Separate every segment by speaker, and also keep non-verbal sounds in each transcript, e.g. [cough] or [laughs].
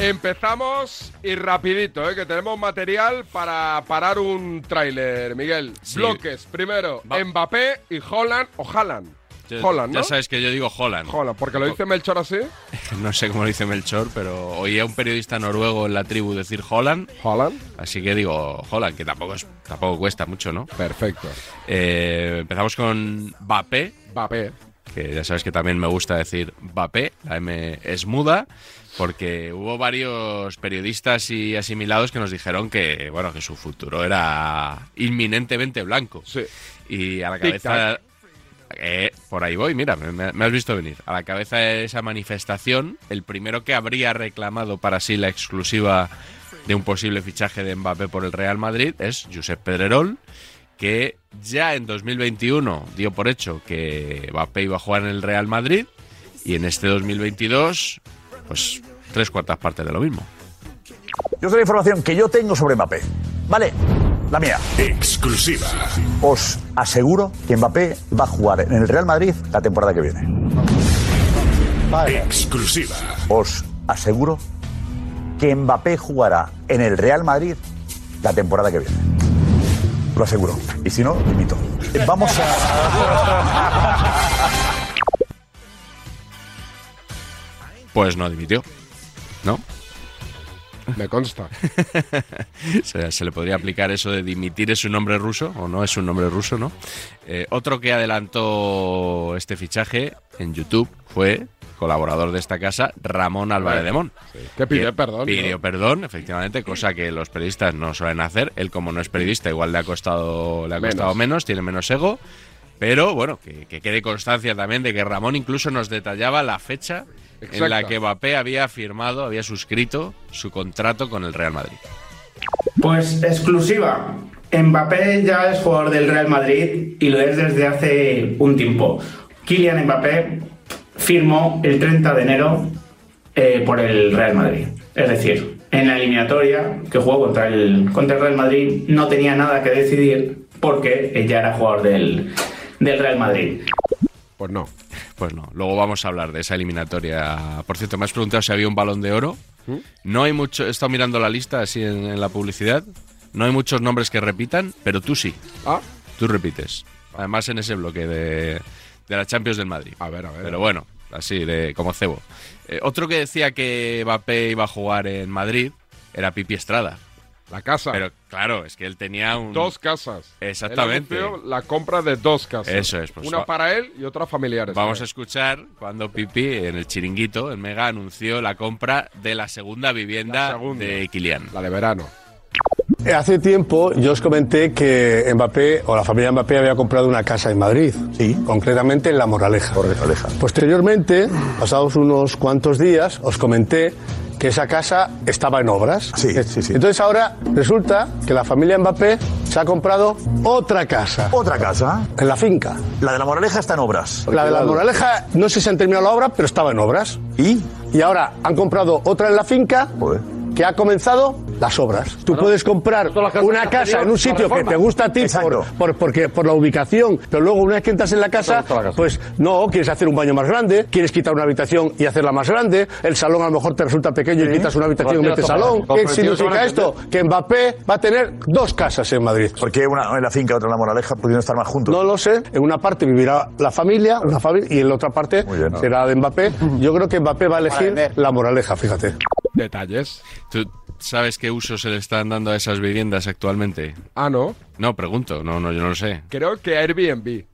Speaker 1: Empezamos y rapidito, ¿eh? que tenemos material para parar un tráiler, Miguel.
Speaker 2: Sí.
Speaker 1: Bloques, primero,
Speaker 2: Va-
Speaker 1: Mbappé y Holland o Haaland.
Speaker 2: Ya-
Speaker 1: Holland,
Speaker 2: Ya
Speaker 1: ¿no?
Speaker 2: sabes que yo digo Holland.
Speaker 1: Holland, porque lo dice Melchor así.
Speaker 2: No sé cómo lo dice Melchor, pero oí a un periodista noruego en la tribu decir Holland,
Speaker 1: Holland.
Speaker 2: así que digo Holland, que tampoco, es, tampoco cuesta mucho, ¿no?
Speaker 1: Perfecto.
Speaker 2: Eh, empezamos con Mbappé,
Speaker 1: Mbappé.
Speaker 2: que ya sabes que también me gusta decir Mbappé, la M es muda, porque hubo varios periodistas y asimilados que nos dijeron que, bueno, que su futuro era inminentemente blanco.
Speaker 1: Sí.
Speaker 2: Y a la
Speaker 1: Tic-tac.
Speaker 2: cabeza. Eh, por ahí voy, mira, me, me has visto venir. A la cabeza de esa manifestación, el primero que habría reclamado para sí la exclusiva de un posible fichaje de Mbappé por el Real Madrid es Josep Pedrerol, que ya en 2021 dio por hecho que Mbappé iba a jugar en el Real Madrid y en este 2022, pues tres cuartas partes de lo mismo.
Speaker 3: Yo sé la información que yo tengo sobre Mbappé. Vale, la mía.
Speaker 4: Exclusiva.
Speaker 3: Os aseguro que Mbappé va a jugar en el Real Madrid la temporada que viene.
Speaker 4: Exclusiva.
Speaker 3: Os aseguro que Mbappé jugará en el Real Madrid la temporada que viene. Lo aseguro. Y si no, invito. Vamos a...
Speaker 2: Pues no dimitió, ¿no?
Speaker 1: Me consta.
Speaker 2: [laughs] se, se le podría aplicar eso de dimitir es un nombre ruso o no es un nombre ruso, ¿no? Eh, otro que adelantó este fichaje en YouTube fue colaborador de esta casa, Ramón Álvarez de Mon.
Speaker 1: Que pidió perdón.
Speaker 2: Pidió
Speaker 1: ¿no?
Speaker 2: perdón, efectivamente, cosa que los periodistas no suelen hacer. Él, como no es periodista, igual le ha costado, le ha
Speaker 1: Menos.
Speaker 2: costado menos. tiene menos ego. Pero bueno, que, que quede constancia también de que Ramón incluso nos detallaba la fecha en la
Speaker 1: Exacta.
Speaker 2: que Mbappé había firmado, había suscrito su contrato con el Real Madrid.
Speaker 5: Pues exclusiva. Mbappé ya es jugador del Real Madrid y lo es desde hace un tiempo. Kylian Mbappé firmó el 30 de enero eh, por el Real Madrid. Es decir, en la eliminatoria que jugó contra el, contra el Real Madrid no tenía nada que decidir porque eh, ya era jugador del, del Real Madrid.
Speaker 1: Pues no.
Speaker 2: Pues no, luego vamos a hablar de esa eliminatoria. Por cierto, me has preguntado si había un balón de oro.
Speaker 1: ¿Mm?
Speaker 2: No hay mucho, he estado mirando la lista así en, en la publicidad. No hay muchos nombres que repitan, pero tú sí,
Speaker 1: Ah,
Speaker 2: tú repites. Además en ese bloque de, de la Champions del Madrid.
Speaker 1: a ver, a ver.
Speaker 2: Pero bueno, así de como cebo. Eh, otro que decía que Mbappé iba a jugar en Madrid era Pipi Estrada.
Speaker 1: la casa.
Speaker 2: Pero claro, es que él tenía un...
Speaker 1: dos casas.
Speaker 2: Exactamente.
Speaker 1: Él anunció la compra de dos casas.
Speaker 2: Eso es, pues
Speaker 1: Una
Speaker 2: va-
Speaker 1: para él y otra familiares.
Speaker 2: Vamos a escuchar cuando Pipi en el chiringuito, en Mega, anunció la compra de la segunda vivienda
Speaker 1: La segunda.
Speaker 2: de Kilian.
Speaker 1: La de verano.
Speaker 6: Eh, Hace tiempo yo os comenté que Mbappé o la familia Mbappé había comprado una casa en Madrid,
Speaker 3: Sí.
Speaker 6: concretamente en La Moraleja.
Speaker 3: Por Moraleja.
Speaker 6: Posteriormente, pasados unos cuantos días, os comenté que esa casa estaba en obras.
Speaker 3: Sí, sí, sí.
Speaker 6: Entonces ahora resulta que la familia Mbappé se ha comprado otra casa
Speaker 3: Otra casa.
Speaker 6: en la finca.
Speaker 3: La de la Moraleja está en obras.
Speaker 6: La de La Moraleja, no sé si han terminado la obra, pero estaba en obras.
Speaker 3: Y
Speaker 6: Y ahora han comprado otra en la finca
Speaker 3: Joder.
Speaker 6: que ha comenzado las obras. Tú puedes comprar una casa en un sitio que te gusta a ti
Speaker 3: Exacto.
Speaker 6: por, por- porque, por la ubicación, pero luego una vez que entras en la casa, pues no, quieres hacer un baño más grande, quieres quitar una habitación y hacerla más grande, el salón a lo mejor te resulta pequeño y quitas una habitación y metes salón. ¿Qué significa esto? Que Mbappé va a tener dos casas en Madrid.
Speaker 3: ¿por qué una en la finca, otra en la Moraleja, pudiendo estar más juntos?
Speaker 6: No lo sé. En una parte vivirá la familia, una familia y en la otra parte
Speaker 3: Muy bien.
Speaker 6: será
Speaker 3: [laughs]
Speaker 6: de Mbappé. Yo creo que Mbappé va a elegir la moraleja, fíjate.
Speaker 1: Detalles.
Speaker 2: ¿Tú sabes qué uso se le están dando a esas viviendas actualmente?
Speaker 1: Ah, no.
Speaker 2: No, pregunto, no, no, yo no lo
Speaker 1: [laughs]
Speaker 2: sé.
Speaker 1: Creo que Airbnb.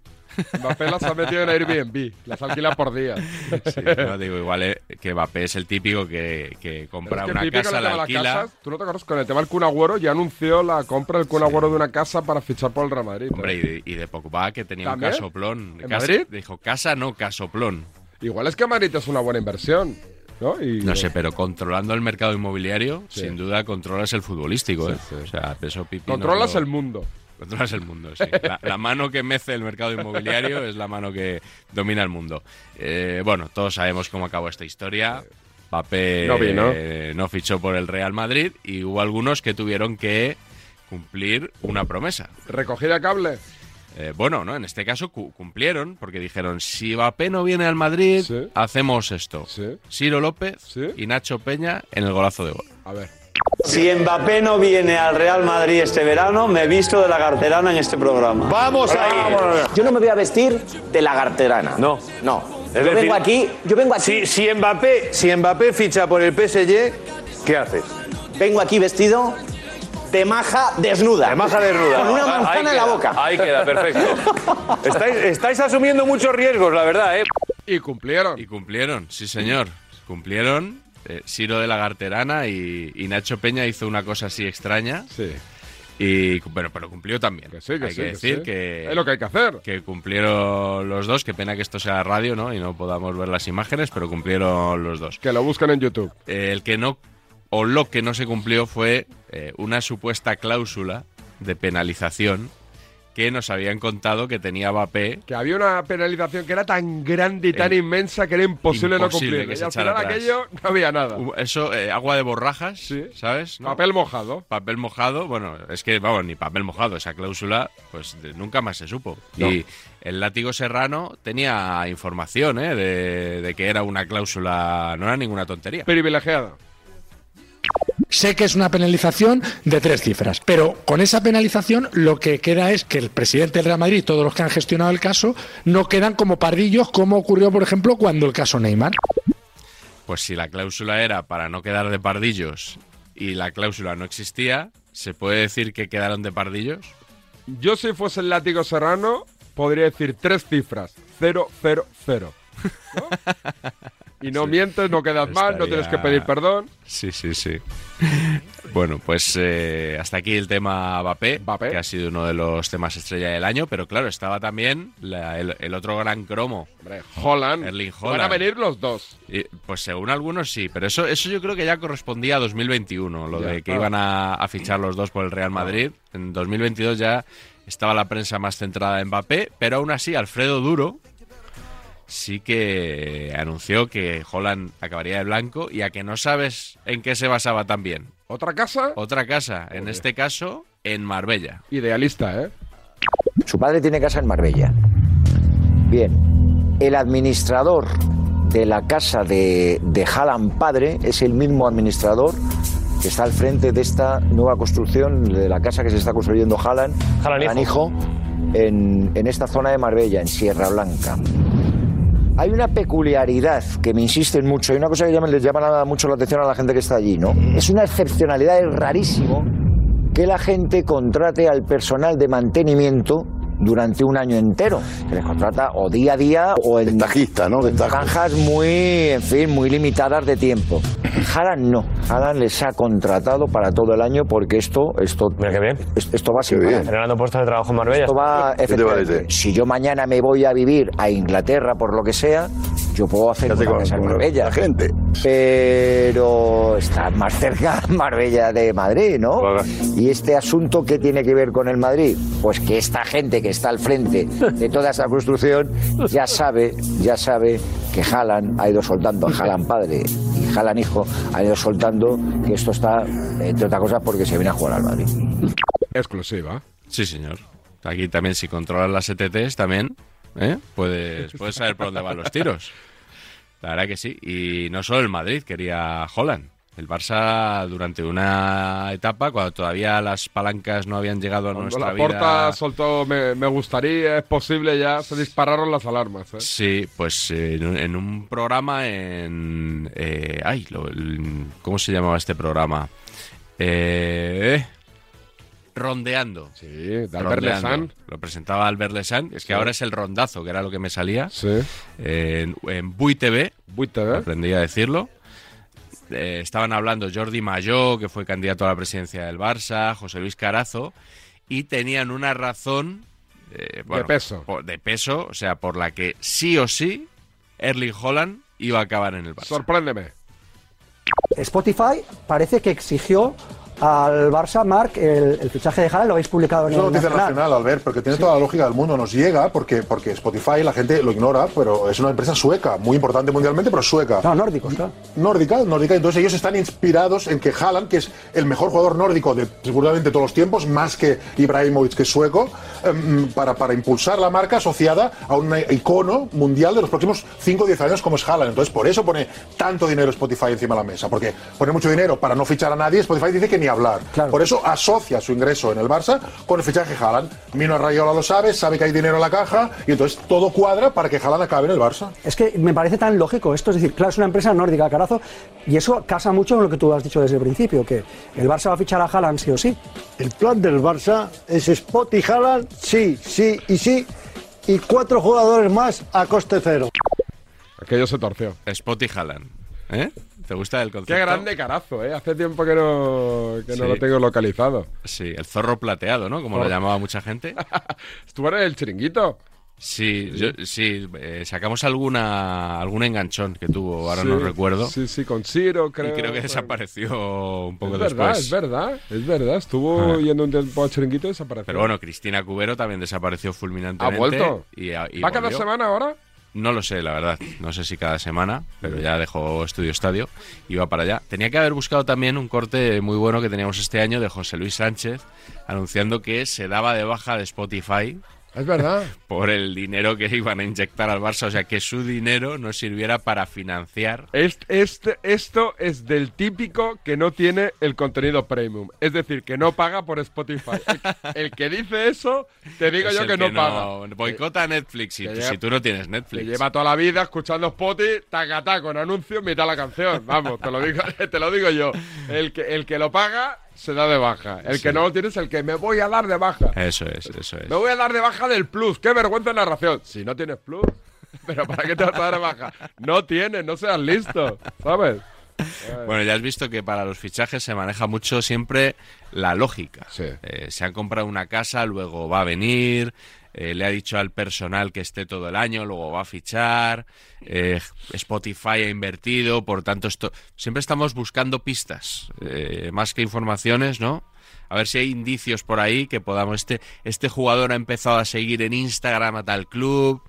Speaker 1: Mbappé las ha metido en Airbnb. Las alquila por día.
Speaker 2: [laughs] Sí, no, digo, igual eh, que Mbappé es el típico que, que compra
Speaker 1: Es que
Speaker 2: una
Speaker 1: típico
Speaker 2: casa,
Speaker 1: el tema
Speaker 2: la
Speaker 1: de las
Speaker 2: alquila.
Speaker 1: casas, Tú no te acuerdas con el tema del Kun Agüero ya anunció la compra del Kun Agüero de una casa para fichar por el Real Madrid. ¿eh?
Speaker 2: Hombre, y de, y de Pogba, que tenía
Speaker 1: ¿También?
Speaker 2: un casoplón.
Speaker 1: ¿En
Speaker 2: Casa-
Speaker 1: Madrid?
Speaker 2: Dijo, casa no, casoplón.
Speaker 1: Igual es que Madrid es una buena inversión. No, Y-
Speaker 2: No sé, pero controlando el mercado inmobiliario,
Speaker 1: Sí.
Speaker 2: sin duda controlas el futbolístico. ¿eh? O sea, eso Pipi no
Speaker 1: Controlas
Speaker 2: lo-
Speaker 1: el mundo.
Speaker 2: Controlas el mundo,
Speaker 1: [laughs]
Speaker 2: sí. La, la mano que mece el mercado inmobiliario es la mano que domina el mundo. Eh, bueno, todos sabemos cómo acabó esta historia. Papé
Speaker 1: No vino.
Speaker 2: no fichó por el Real Madrid y hubo algunos que tuvieron que cumplir una promesa.
Speaker 1: Recogida de cable.
Speaker 2: Eh, bueno, ¿no? En este caso cu- cumplieron, porque dijeron, si Mbappé no viene al Madrid,
Speaker 1: Sí.
Speaker 2: hacemos esto.
Speaker 1: Sí.
Speaker 2: Ciro López
Speaker 1: Sí.
Speaker 2: y Nacho Peña en el golazo de gol.
Speaker 1: A ver.
Speaker 7: Si Mbappé no viene al Real Madrid este verano, me he visto de la carterana en este programa.
Speaker 8: Vamos a
Speaker 9: Yo no me voy a vestir de la garterana.
Speaker 10: No.
Speaker 9: No.
Speaker 10: Es
Speaker 9: Yo
Speaker 10: decir-
Speaker 9: vengo aquí, yo vengo aquí,
Speaker 10: Si, si, Mbappé, si Mbappé ficha por el PSG, ¿qué haces?
Speaker 9: vengo aquí vestido de maja desnuda.
Speaker 10: De maja desnuda.
Speaker 9: Con una manzana
Speaker 10: Ahí
Speaker 9: en la
Speaker 10: queda,
Speaker 9: boca.
Speaker 10: Ahí queda, perfecto. Estáis, estáis asumiendo muchos riesgos, la verdad, ¿eh?
Speaker 1: Y cumplieron.
Speaker 2: Y cumplieron, sí señor. Cumplieron. Eh, Ciro de la Garterana y, y Nacho Peña hizo una cosa así extraña.
Speaker 1: Sí.
Speaker 2: Y, pero, pero cumplió también.
Speaker 1: Que sí, que
Speaker 2: hay
Speaker 1: sí,
Speaker 2: que
Speaker 1: que
Speaker 2: decir
Speaker 1: sí.
Speaker 2: que,
Speaker 1: Es lo que hay que hacer.
Speaker 2: que cumplieron los dos. Qué pena que esto sea radio, ¿no? Y no podamos ver las imágenes, pero cumplieron los dos.
Speaker 1: Que lo buscan en YouTube.
Speaker 2: Eh, el que no, o lo que no se cumplió fue eh, una supuesta cláusula de penalización que nos habían contado que tenía Mbappé
Speaker 1: Que había una penalización que era tan grande y tan
Speaker 2: Eh,
Speaker 1: inmensa que era imposible, no
Speaker 2: imposible
Speaker 1: cumplir.
Speaker 2: que
Speaker 1: Y
Speaker 2: se
Speaker 1: al
Speaker 2: echara
Speaker 1: final
Speaker 2: atrás.
Speaker 1: aquello no había nada.
Speaker 2: Hubo- Eso, eh, agua de borrajas,
Speaker 1: Sí.
Speaker 2: ¿sabes? ¿No?
Speaker 1: Papel mojado.
Speaker 2: Papel mojado, bueno, es que, vamos, ni papel mojado, esa cláusula, pues de- nunca más se supo.
Speaker 1: No.
Speaker 2: Y el látigo serrano tenía información, ¿eh? De, de que era una cláusula, no era ninguna tontería.
Speaker 1: Privilegiada.
Speaker 11: Sé que es una penalización de tres cifras, pero con esa penalización lo que queda es que el presidente del Real Madrid y todos los que han gestionado el caso no quedan como pardillos, como ocurrió, por ejemplo, cuando el caso Neymar.
Speaker 2: Pues si la cláusula era para no quedar de pardillos y la cláusula no existía, ¿se puede decir que quedaron de pardillos?
Speaker 1: Yo si fuese el látigo serrano, podría decir tres cifras. Cero, cero, [laughs] cero. ¿No? Y no mientes, no [laughs] quedas mal, no tienes que
Speaker 2: Estaría-
Speaker 1: pedir perdón.
Speaker 2: Sí, sí, sí. Bueno, pues eh, hasta aquí el tema Mbappé,
Speaker 1: Mbappé.
Speaker 2: que ha sido uno de los temas estrella del año, pero claro, estaba también la- el, el otro gran cromo.
Speaker 1: Hombre, Holland.
Speaker 2: Erling
Speaker 1: Van a
Speaker 2: Haaland.
Speaker 1: venir los dos.
Speaker 2: Y, pues según algunos sí, pero eso, eso yo creo que ya correspondía a 2021, lo
Speaker 1: Ya,
Speaker 2: de que
Speaker 1: claro.
Speaker 2: iban a, a fichar los dos por el Real Madrid. En 2022 ya estaba la prensa más centrada en Mbappé, pero aún así Alfredo Duro sí que anunció que Holland acabaría de blanco y a que no sabes en qué se basaba también.
Speaker 1: ¿Otra casa?
Speaker 2: Otra casa, en este caso en Marbella.
Speaker 1: Idealista, ¿eh?
Speaker 9: Su padre tiene casa en Marbella. Bien. El administrador de la casa de, de Haaland padre es el mismo administrador que está al frente de esta nueva construcción, de la casa que se está construyendo Haaland,
Speaker 10: Haaland hijo.
Speaker 9: Haaland hijo, en, en esta zona de Marbella, en Sierra Blanca. Hay una peculiaridad que me insisten mucho, y una cosa que llaman- les llama nada mucho la atención a la gente que está allí, ¿no?
Speaker 8: Mm.
Speaker 9: Es una excepcionalidad, es rarísimo que la gente contrate al personal de mantenimiento durante un año entero. Se les contrata o día a día o en
Speaker 8: Tajista, ¿no? Que está-
Speaker 9: franjas muy, en fin, muy limitadas de tiempo. Haran no. Haran les ha contratado para todo el año porque esto, esto,
Speaker 10: Mira qué bien.
Speaker 9: es- esto va sin
Speaker 8: Qué bien.
Speaker 9: parar.
Speaker 10: Generando puestos de trabajo en Marbella.
Speaker 9: Esto va,
Speaker 8: ¿Qué te
Speaker 9: efectivamente,
Speaker 8: parece?
Speaker 9: si yo mañana me voy a vivir a Inglaterra por lo que sea, yo puedo hacer
Speaker 8: Ya te
Speaker 9: una
Speaker 8: con-
Speaker 9: casa en
Speaker 8: con
Speaker 9: Marbella.
Speaker 8: La gente.
Speaker 9: Pero está más cerca [laughs] Marbella de Madrid, ¿no?
Speaker 10: Claro.
Speaker 9: Y este asunto, ¿qué tiene que ver con el Madrid? Pues que esta gente que está al frente de toda esta construcción ya sabe, ya sabe que Haaland ha ido soltando, Haaland padre y Haaland hijo ha ido soltando que esto está, entre otras cosas, porque se viene a jugar al Madrid.
Speaker 1: Exclusiva.
Speaker 2: Sí, señor. Aquí también si controlas las ETTs también, ¿eh? puedes, puedes saber por dónde van los tiros. La verdad que sí. Y no solo el Madrid quería Holland. El Barça durante una etapa, cuando todavía las palancas no habían llegado a
Speaker 1: Cuando
Speaker 2: nuestra
Speaker 1: la porta
Speaker 2: vida...
Speaker 1: soltó me, me gustaría, es posible ya, se dispararon las alarmas. ¿eh?
Speaker 2: Sí, pues eh, en un- en un programa en... eh, ay, lo- el- ¿cómo se llamaba este programa? Eh, Rondeando.
Speaker 1: Sí, de Albert
Speaker 2: Rondeando.
Speaker 1: Lezán.
Speaker 2: Lo presentaba Albert Lesan. Es que
Speaker 1: Sí.
Speaker 2: ahora es el rondazo, que era lo que me salía.
Speaker 1: Sí.
Speaker 2: En, en Bui TV,
Speaker 1: Buiter, ¿eh?
Speaker 2: aprendí a decirlo. Eh, estaban hablando Jordi Mayó, que fue candidato a la presidencia del Barça, José Luis Carazo, y tenían una razón eh, bueno,
Speaker 1: peso.
Speaker 2: po- de peso, o sea, por la que sí o sí Erling Holland iba a acabar en el Barça.
Speaker 1: Sorpréndeme.
Speaker 12: Spotify parece que exigió al Barça, Marc, el, el fichaje de Haaland lo habéis publicado en
Speaker 13: Es una
Speaker 12: el
Speaker 13: noticia
Speaker 12: Nacional.
Speaker 13: nacional, Albert, porque tiene toda la lógica del mundo. Nos llega porque, porque Spotify, la gente lo ignora, pero es una empresa sueca, muy importante mundialmente, pero sueca. No,
Speaker 12: nórdico, claro.
Speaker 13: Nórdica, nórdica. Entonces ellos están inspirados en que Haaland, que es el mejor jugador nórdico de seguramente todos los tiempos, más que Ibrahimovic, que es sueco, em, para, para impulsar la marca asociada a un icono mundial de los próximos 5 o 10 años como es Haaland. Entonces por eso pone tanto dinero Spotify encima de la mesa, porque pone mucho dinero para no fichar a nadie. Spotify dice que ni hablar. Por eso asocia su ingreso en el Barça con el fichaje Haaland. Mino Rayola lo sabe, sabe que hay dinero en la caja y entonces todo cuadra para que Haaland acabe en el Barça.
Speaker 12: Es que me parece tan lógico esto, es decir, claro, es una empresa nórdica, carazo, y eso casa mucho con lo que tú has dicho desde el principio, que el Barça va a fichar a Haaland sí o sí.
Speaker 4: El plan del Barça es Spot y Haaland, sí, sí y sí, y cuatro jugadores más a coste cero.
Speaker 1: Aquello se torció.
Speaker 2: Spot y Haaland. ¿Eh? ¿Te gusta el concepto?
Speaker 1: Qué grande carazo, ¿eh? Hace tiempo que no, que no
Speaker 2: Sí.
Speaker 1: lo tengo localizado.
Speaker 2: Sí, el zorro plateado, ¿no? Como lo
Speaker 1: Zorro.
Speaker 2: llamaba mucha gente.
Speaker 1: [laughs] ¿Tú eres el chiringuito?
Speaker 2: Sí, yo- sí eh, sacamos alguna algún enganchón que tuvo, ahora
Speaker 1: Sí,
Speaker 2: no recuerdo.
Speaker 1: Sí, sí, con Ciro, creo.
Speaker 2: y creo que desapareció un poco
Speaker 1: Es
Speaker 2: después.
Speaker 1: verdad, es verdad, es verdad. Estuvo
Speaker 2: Ah.
Speaker 1: yendo un tiempo a chiringuito y desapareció.
Speaker 2: Pero bueno, Cristina Cubero también desapareció fulminantemente.
Speaker 1: ¿Ha vuelto?
Speaker 2: Y, a- y
Speaker 1: ¿Va cada
Speaker 2: volvió.
Speaker 1: semana ahora?
Speaker 2: No lo sé, la verdad. No sé si cada semana, pero ya dejó Estudio Estadio y va para allá. Tenía que haber buscado también un corte muy bueno que teníamos este año de José Luis Sánchez anunciando que se daba de baja de Spotify
Speaker 1: Es verdad.
Speaker 2: por el dinero que iban a inyectar al Barça. O sea, que su dinero no sirviera para financiar.
Speaker 1: Est- este- esto es del típico que no tiene el contenido premium. Es decir, que no paga por Spotify. El, el que dice eso, te digo
Speaker 2: Es
Speaker 1: yo
Speaker 2: el
Speaker 1: que no paga.
Speaker 2: Boicota Netflix si,
Speaker 1: que lleva-
Speaker 2: si tú no tienes
Speaker 1: Le
Speaker 2: Netflix.
Speaker 1: lleva toda la vida escuchando Spotify, taca, taca, con anuncios, mitad la canción. Vamos, te lo digo, [laughs] te lo digo yo. El que, el que lo paga se da de baja. El
Speaker 2: Sí.
Speaker 1: que no lo tiene es el que me voy a dar de baja.
Speaker 2: Eso es, eso es.
Speaker 1: Me voy a dar de baja del plus. Qué vergüenza de narración. Si no tienes plus, [laughs] ¿pero para qué te vas a dar de baja? No tienes, no seas listo, ¿sabes?
Speaker 2: Bueno, ya has visto que para los fichajes se maneja mucho siempre la lógica. Eh, se han comprado una casa, luego va a venir, eh, le ha dicho al personal que esté todo el año, luego va a fichar, eh, Spotify ha invertido, por tanto, esto siempre estamos buscando pistas, eh, más que informaciones, ¿no? A ver si hay indicios por ahí que podamos. Este, este jugador ha empezado a seguir en Instagram a tal club.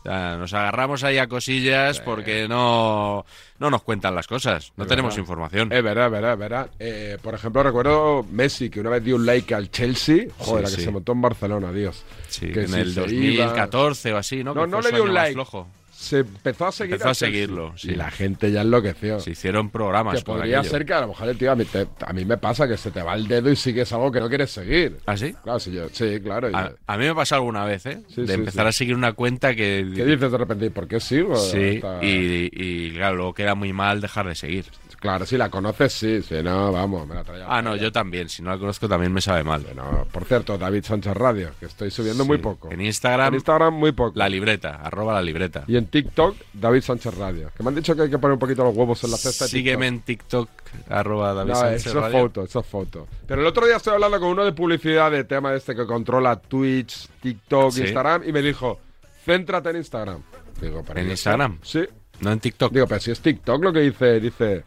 Speaker 2: O sea, Nos agarramos ahí a cosillas porque no, no nos cuentan las cosas, no
Speaker 1: Es
Speaker 2: tenemos
Speaker 1: verdad.
Speaker 2: información.
Speaker 1: Es verdad, es verdad, es verdad. Eh, por ejemplo, recuerdo Messi, que una vez dio un like al Chelsea. Joder, la
Speaker 2: Sí,
Speaker 1: que
Speaker 2: sí.
Speaker 1: se montó en Barcelona, Dios.
Speaker 2: Sí,
Speaker 1: Que
Speaker 2: en
Speaker 1: si
Speaker 2: el
Speaker 1: se iba-
Speaker 2: 2014 o así, ¿no?
Speaker 1: No,
Speaker 2: Que
Speaker 1: no
Speaker 2: fue
Speaker 1: le
Speaker 2: su
Speaker 1: dio
Speaker 2: año
Speaker 1: un
Speaker 2: más
Speaker 1: like.
Speaker 2: flojo.
Speaker 1: Se empezó a seguir
Speaker 2: Empezó
Speaker 1: al
Speaker 2: a
Speaker 1: Chelsea.
Speaker 2: seguirlo.
Speaker 1: Y la gente ya enloqueció.
Speaker 2: Se hicieron programas.
Speaker 1: Que
Speaker 2: con
Speaker 1: podría
Speaker 2: aquello.
Speaker 1: ser que a lo mejor el tío, a mí, te- a mí me pasa que se te va el dedo y sigues algo que no quieres seguir.
Speaker 2: ¿Ah, sí? Ah,
Speaker 1: Claro, sí, yo, sí claro. yo-
Speaker 2: A, a mí me pasó alguna vez, ¿eh? de
Speaker 1: sí,
Speaker 2: empezar
Speaker 1: sí.
Speaker 2: a seguir una cuenta que.
Speaker 1: ¿Qué dices de repente? ¿Y ¿Por qué sigo?
Speaker 2: Sí,
Speaker 1: Hasta-
Speaker 2: y, y, claro, luego queda muy mal dejar de seguir.
Speaker 1: Claro, si la conoces, sí. Si no, vamos, me la traía.
Speaker 2: Ah, no, yo también. Si no la conozco, también me sabe mal.
Speaker 1: Por cierto, David Sánchez Radio, que estoy subiendo muy poco.
Speaker 2: En Instagram.
Speaker 1: En Instagram muy poco.
Speaker 2: La libreta, arroba la libreta.
Speaker 1: Y en TikTok, David Sánchez Radio. Que me han dicho que hay que poner un poquito los huevos en la cesta. de
Speaker 2: Sígueme en TikTok, arroba David
Speaker 1: No,
Speaker 2: Sánchez
Speaker 1: eso es
Speaker 2: Radio.
Speaker 1: foto, eso es foto. Pero el otro día estoy hablando con uno de publicidad de tema este que controla Twitch, TikTok,
Speaker 2: Sí.
Speaker 1: Instagram, y me dijo, céntrate en Instagram. Digo, pero
Speaker 2: ¿En
Speaker 1: yo-
Speaker 2: Instagram?
Speaker 1: Sí.
Speaker 2: No en TikTok.
Speaker 1: Digo, pero si es TikTok lo que dice, dice,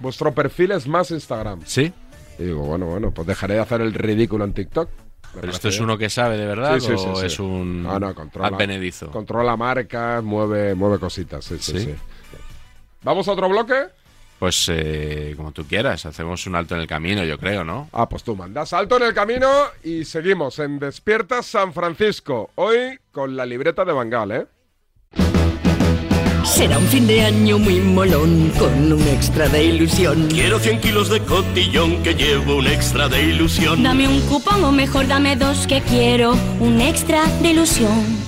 Speaker 1: vuestro perfil es más Instagram.
Speaker 2: Sí.
Speaker 1: Y digo, bueno, bueno, pues dejaré de hacer el ridículo en TikTok. Me
Speaker 2: Pero
Speaker 1: parece
Speaker 2: esto es
Speaker 1: bien.
Speaker 2: uno que sabe de verdad
Speaker 1: Sí, sí, sí,
Speaker 2: o
Speaker 1: sí.
Speaker 2: es un
Speaker 1: No, no, controla.
Speaker 2: advenedizo?
Speaker 1: Controla marcas, mueve, mueve cositas, sí, sí,
Speaker 2: Sí.
Speaker 1: sí. ¿Vamos a otro bloque?
Speaker 2: Pues eh, como tú quieras, hacemos un alto en el camino, yo creo, ¿no?
Speaker 1: Ah, pues tú mandas alto en el camino y seguimos en Despierta San Francisco. Hoy con la libreta de Bangal, ¿eh?
Speaker 14: Será un fin de Este año muy molón con un extra de ilusión.
Speaker 15: Quiero 100 kilos de cotillón que llevo un extra de ilusión.
Speaker 16: Dame un cupón o mejor dame dos que quiero un extra de ilusión.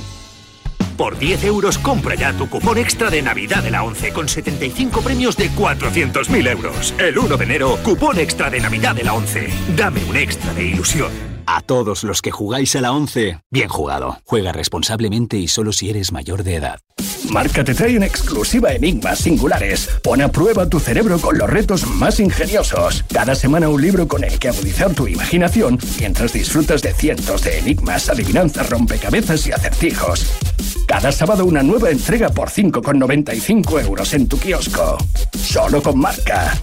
Speaker 15: Por 10 euros compra ya tu cupón extra de Navidad de la 11 con 75 premios de 400.000 euros. El 1 de enero, cupón extra de Navidad de la 11. Dame un extra
Speaker 17: e
Speaker 15: de ilusión.
Speaker 18: A todos los que jugáis a la 11, bien jugado. Juega responsablemente y solo si eres mayor de edad.
Speaker 17: Marca te trae en exclusiva enigmas singulares. Pon a prueba tu cerebro con los retos más ingeniosos. Cada semana un libro con el que agudizar tu imaginación mientras disfrutas de cientos de enigmas, adivinanzas, rompecabezas y acertijos. Cada sábado una nueva entrega por 5,95 euros en tu kiosco. Solo con Marca.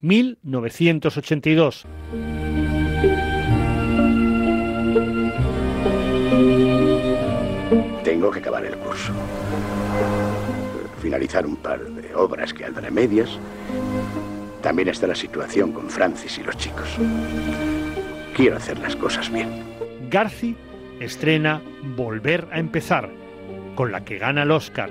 Speaker 19: 1982.
Speaker 20: Tengo que acabar el curso. Finalizar un par de obras que andan a medias. También está la situación con Francis y los chicos. Quiero hacer las cosas bien.
Speaker 19: Garci estrena Volver a empezar, con la que gana el Oscar.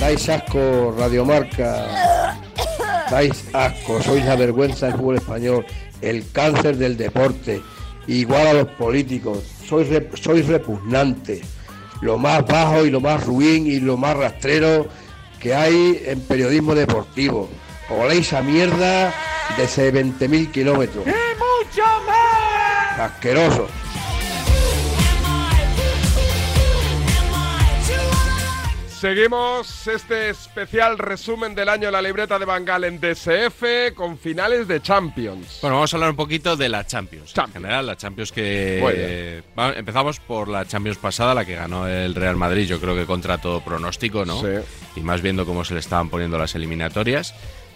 Speaker 6: Dais asco, Radiomarca. Dais asco, sois la vergüenza del fútbol español, el cáncer del deporte, igual a los políticos, sois, rep- sois repugnantes, lo más bajo y lo más ruin y lo más rastrero que hay en periodismo deportivo. Oléis a mierda desde 20.000 kilómetros.
Speaker 21: mucho más!
Speaker 6: Asqueroso.
Speaker 1: Seguimos este especial resumen del año en la libreta de Bangal en DSF con finales de Champions.
Speaker 2: Bueno, vamos a hablar un poquito de la Champions. En general, la Champions que.
Speaker 1: Muy bien.
Speaker 2: eh, va- empezamos por la Champions pasada, la que ganó el Real Madrid, yo creo que contra todo pronóstico, ¿no?
Speaker 1: Sí.
Speaker 2: Y más viendo cómo se le estaban poniendo las eliminatorias.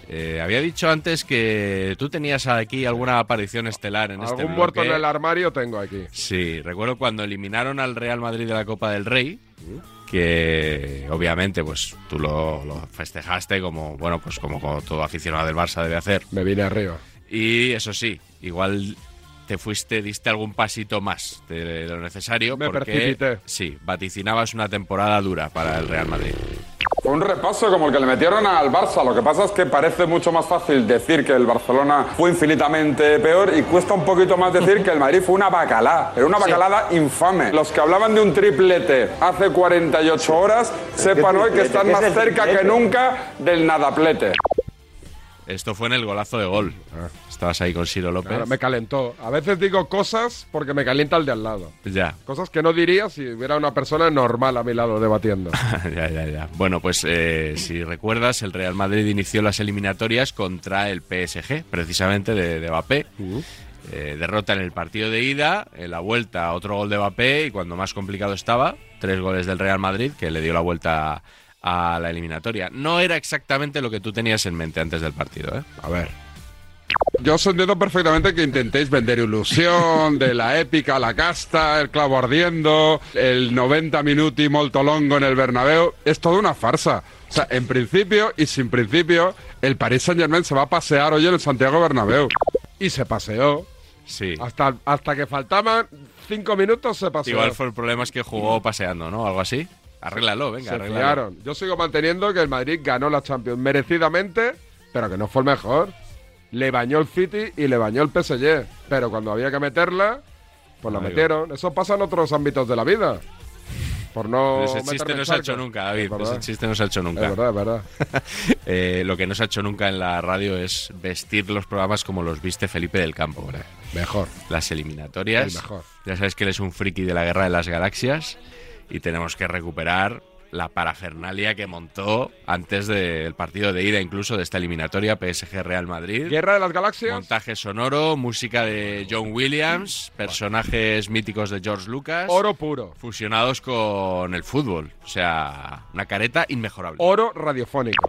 Speaker 2: Eh, había dicho antes que tú tenías aquí alguna aparición estelar en este
Speaker 1: Algún muerto en
Speaker 2: bloque.
Speaker 1: el armario tengo aquí.
Speaker 2: Sí, recuerdo cuando eliminaron al Real Madrid de la Copa del Rey,
Speaker 1: Mm.
Speaker 2: que obviamente pues tú lo, lo festejaste como bueno pues como, como todo aficionado del Barça debe hacer.
Speaker 1: Me vine arriba.
Speaker 2: Y eso sí, igual te fuiste, diste algún pasito más de lo necesario
Speaker 1: Me
Speaker 2: porque
Speaker 1: precipité.
Speaker 2: sí, vaticinabas una temporada dura para el Real Madrid.
Speaker 22: Fue un repaso como el que le metieron al Barça. Lo que pasa es que parece mucho más fácil decir que el Barcelona fue infinitamente peor y cuesta un poquito más decir que el Madrid fue una bacalá. Era una
Speaker 23: Sí.
Speaker 22: bacalada infame. Los que hablaban de un triplete hace 48 horas, sepan hoy que triplete? están ¿Qué es más el cerca que triplete? nunca del nadaplete.
Speaker 2: Esto fue en el golazo de gol. Estabas ahí con Siro López.
Speaker 1: Ah. Claro, me calentó. A veces digo cosas porque me calienta el de al lado.
Speaker 2: Ya. [laughs]
Speaker 1: Cosas que no diría si hubiera una persona normal a mi lado debatiendo.
Speaker 2: ya, ya, ya. Bueno, pues eh, si recuerdas, el Real Madrid inició las eliminatorias contra el PSG, precisamente de, de Mbappé. Eh, derrota en el partido de ida, en la vuelta otro gol de Mbappé y cuando más complicado estaba, tres goles del Real Madrid que le dio la vuelta a la eliminatoria. No era exactamente lo que tú tenías en mente antes del partido, ¿eh?
Speaker 1: A ver. Yo os entiendo perfectamente que intentéis vender ilusión, de la épica a la casta, el clavo ardiendo, el 90 minuti molto longo en el Bernabéu. Es toda una farsa. O sea, en principio y sin principio, el Paris Saint-Germain se va a pasear hoy en el Santiago Bernabéu. Y se paseó.
Speaker 2: Sí.
Speaker 1: Hasta, hasta que faltaban cinco minutos se paseó.
Speaker 2: Igual fue el problema es que jugó paseando, ¿no? Algo así. Arréglalo, venga,
Speaker 1: Se
Speaker 2: arréglalo.
Speaker 1: fiaron. Yo sigo manteniendo que el Madrid ganó la Champions merecidamente, pero que no fue el mejor. Le bañó el City y le bañó el PSG. Pero cuando había que meterla, pues la
Speaker 2: Amigo.
Speaker 1: metieron. Eso pasa en otros ámbitos de la vida. Por no.
Speaker 2: Ese
Speaker 1: meterme
Speaker 2: chiste
Speaker 1: en
Speaker 2: no se ha
Speaker 1: charcos.
Speaker 2: hecho nunca, David.
Speaker 1: Es verdad.
Speaker 2: Ese chiste no se ha hecho nunca.
Speaker 1: Es verdad, es verdad.
Speaker 2: [laughs] Eh, lo que no se ha hecho nunca en la radio es vestir los programas como los viste Felipe del Campo. ¿verdad?
Speaker 1: Mejor.
Speaker 2: Las eliminatorias.
Speaker 1: El mejor.
Speaker 2: Ya sabes que él es un friki de la guerra de las galaxias y tenemos que recuperar la parafernalia que montó antes del partido de ida, incluso de esta eliminatoria PSG Real Madrid.
Speaker 1: Guerra de las Galaxias.
Speaker 2: Montaje sonoro, música de John Williams, personajes míticos de George Lucas.
Speaker 1: Oro puro.
Speaker 2: Fusionados con el fútbol. O sea, una careta inmejorable.
Speaker 1: Oro radiofónico.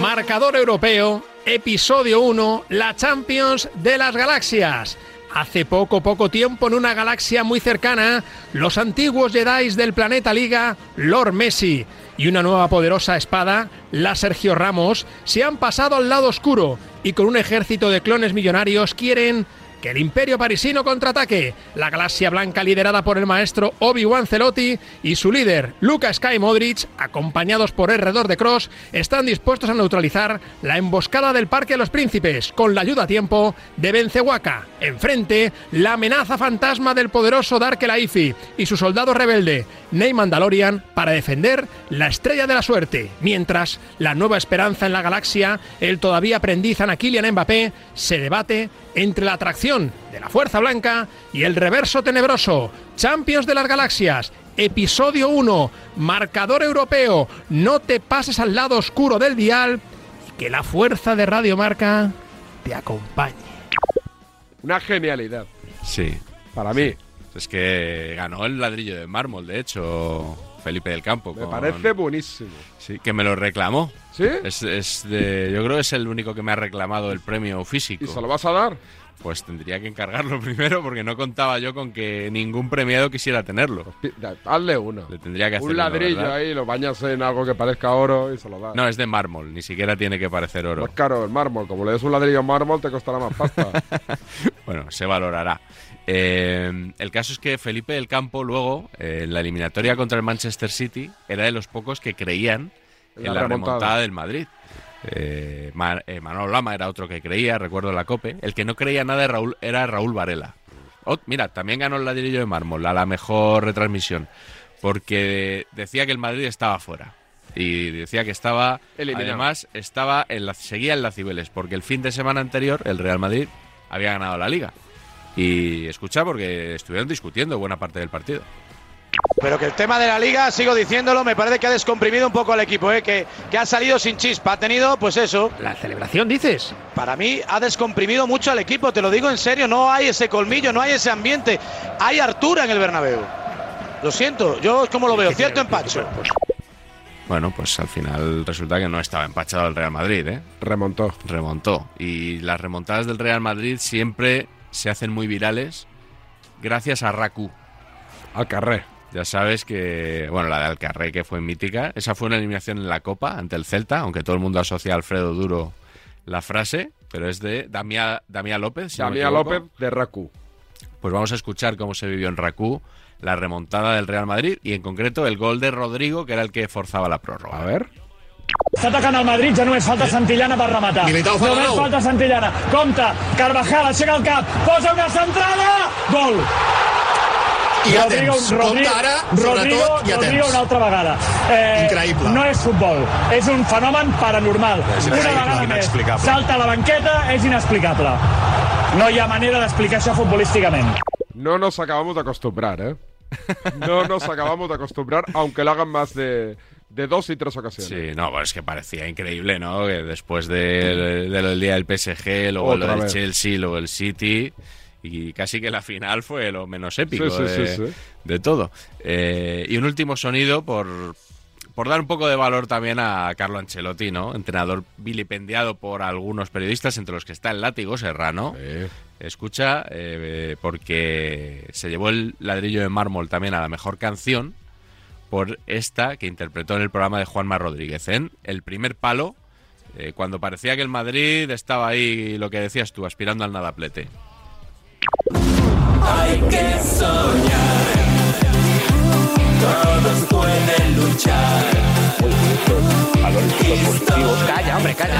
Speaker 24: Marcador europeo, episodio 1, la Champions de las Galaxias. Hace poco, poco tiempo, en una galaxia muy cercana, los antiguos Jedi del planeta Liga, Lord Messi, y una nueva poderosa espada, la Sergio Ramos, se han pasado al lado oscuro y con un ejército de clones millonarios quieren que el imperio parisino contraataque. La galaxia blanca liderada por el maestro Obi-Wan Celotti y su líder, Luca Sky Modric, acompañados por Redor de Cross, están dispuestos a neutralizar la emboscada del Parque de los Príncipes con la ayuda a tiempo de Bencehuaca. Enfrente, la amenaza fantasma del poderoso Dark Elaifi y su soldado rebelde, Ney Mandalorian, para defender la estrella de la suerte. Mientras, la nueva esperanza en la galaxia, el todavía aprendiz Anaquilian Mbappé, se debate entre la atracción de la Fuerza Blanca y el reverso tenebroso. Champions de las Galaxias, episodio 1, marcador europeo, no te pases al lado oscuro del dial y que la fuerza de Radio Marca te acompañe.
Speaker 1: Una genialidad.
Speaker 2: Sí.
Speaker 1: Para mí.
Speaker 2: Es que ganó el ladrillo de mármol, de hecho, Felipe del Campo.
Speaker 1: Me parece buenísimo.
Speaker 2: Sí, que me lo reclamó.
Speaker 1: ¿Sí?
Speaker 2: Es, es de- yo creo que es el único que me ha reclamado el premio físico.
Speaker 1: ¿Y se lo vas a dar?
Speaker 2: Pues tendría que encargarlo [laughs] primero porque no contaba yo con que ningún premiado quisiera tenerlo.
Speaker 1: Hazle uno.
Speaker 2: Le tendría que hacer
Speaker 1: Un
Speaker 2: uno,
Speaker 1: ladrillo
Speaker 2: ¿verdad?
Speaker 1: ahí, lo bañas en algo que parezca oro y se lo das.
Speaker 2: No, es de mármol, ni siquiera tiene que parecer oro.
Speaker 1: Más caro el mármol. Como le des un ladrillo a mármol, te costará más pasta.
Speaker 2: [laughs] Bueno, se valorará. Eh, el caso es que Felipe del Campo luego, eh, en la eliminatoria contra el Manchester City, era de los pocos que creían
Speaker 1: La
Speaker 2: en la
Speaker 1: remontada.
Speaker 2: remontada, del Madrid. Eh, Ma- eh, Manolo Lama era otro que creía, recuerdo la COPE. El que no creía nada de Raúl era Raúl Varela. Ot- mira, también ganó el ladrillo de mármol, a la mejor retransmisión, porque decía que el Madrid estaba fuera. Y decía que estaba,
Speaker 1: Eliminado.
Speaker 2: además, estaba en la, seguía en la Cibeles, porque el fin de semana anterior el Real Madrid había ganado la liga. Y escucha, porque estuvieron discutiendo buena parte del partido.
Speaker 7: Pero que el tema de la liga, sigo diciéndolo, me parece que ha descomprimido un poco al equipo, ¿eh? que, que ha salido sin chispa, ha tenido pues eso. La celebración, dices. Para mí ha descomprimido mucho al equipo, te lo digo en serio, no hay ese colmillo, no hay ese ambiente, hay hartura en el Bernabéu. Lo siento, yo es como lo veo, cierto empacho.
Speaker 2: Bueno, pues al final resulta que no estaba empachado el Real Madrid, ¿eh?
Speaker 1: Remontó.
Speaker 2: Remontó. Y las remontadas del Real Madrid siempre se hacen muy virales gracias a Raku.
Speaker 1: Al carré.
Speaker 2: Ya sabes que, bueno, la de Alcarré que fue mítica, esa fue una eliminación en la Copa ante el Celta, aunque todo el mundo asocia a Alfredo Duro la frase, pero es de Damián Damián López. si no me
Speaker 1: Damián
Speaker 2: equivoco.
Speaker 1: López de Raku.
Speaker 2: Pues vamos a escuchar cómo se vivió en Rakú la remontada del Real Madrid y en concreto el gol de Rodrigo, que era el que forzaba la prórroga. A ver.
Speaker 5: Està atacant el Madrid, ja només falta Santillana per rematar.
Speaker 2: Militao fa la
Speaker 5: només
Speaker 2: nou.
Speaker 5: falta Santillana. Compte, Carvajal aixeca el cap, posa una centrada, gol.
Speaker 8: Hi ha temps. Compte ara,
Speaker 5: Rodrigo,
Speaker 8: sobretot, hi ha
Speaker 5: Rodrigo
Speaker 8: temps.
Speaker 5: una altra vegada. Eh,
Speaker 8: Increïble.
Speaker 5: No és futbol, és un fenomen paranormal.
Speaker 8: És
Speaker 5: una
Speaker 8: increïble,
Speaker 5: vegada més,
Speaker 8: inexplicable.
Speaker 5: salta a la banqueta, és inexplicable. No hi ha manera d'explicar això futbolísticament.
Speaker 1: No nos acabamos de acostumbrar, ¿eh? No nos acabamos de acostumbrar, aunque lo hagan más de, de dos y tres ocasiones.
Speaker 2: Sí, no, pues es que parecía increíble, ¿no? Que después del, de lo del día del PSG, luego
Speaker 1: Otra
Speaker 2: lo del
Speaker 1: vez.
Speaker 2: Chelsea, luego el City, y casi que la final fue lo menos épico
Speaker 1: Sí, sí,
Speaker 2: de,
Speaker 1: sí, sí.
Speaker 2: de todo. Eh, y un último sonido por, por dar un poco de valor también a Carlo Ancelotti, ¿no? Entrenador vilipendiado por algunos periodistas, entre los que está el látigo Serrano. Escucha, eh, porque se llevó el ladrillo de mármol también a la mejor canción por esta que interpretó en el programa de Juanma Rodríguez en El primer palo, eh, cuando parecía que el Madrid estaba ahí, lo que decías tú, aspirando al nadaplete.
Speaker 10: Hay que soñar. Todos pueden luchar. Valores positivos. Calla, hombre, calla.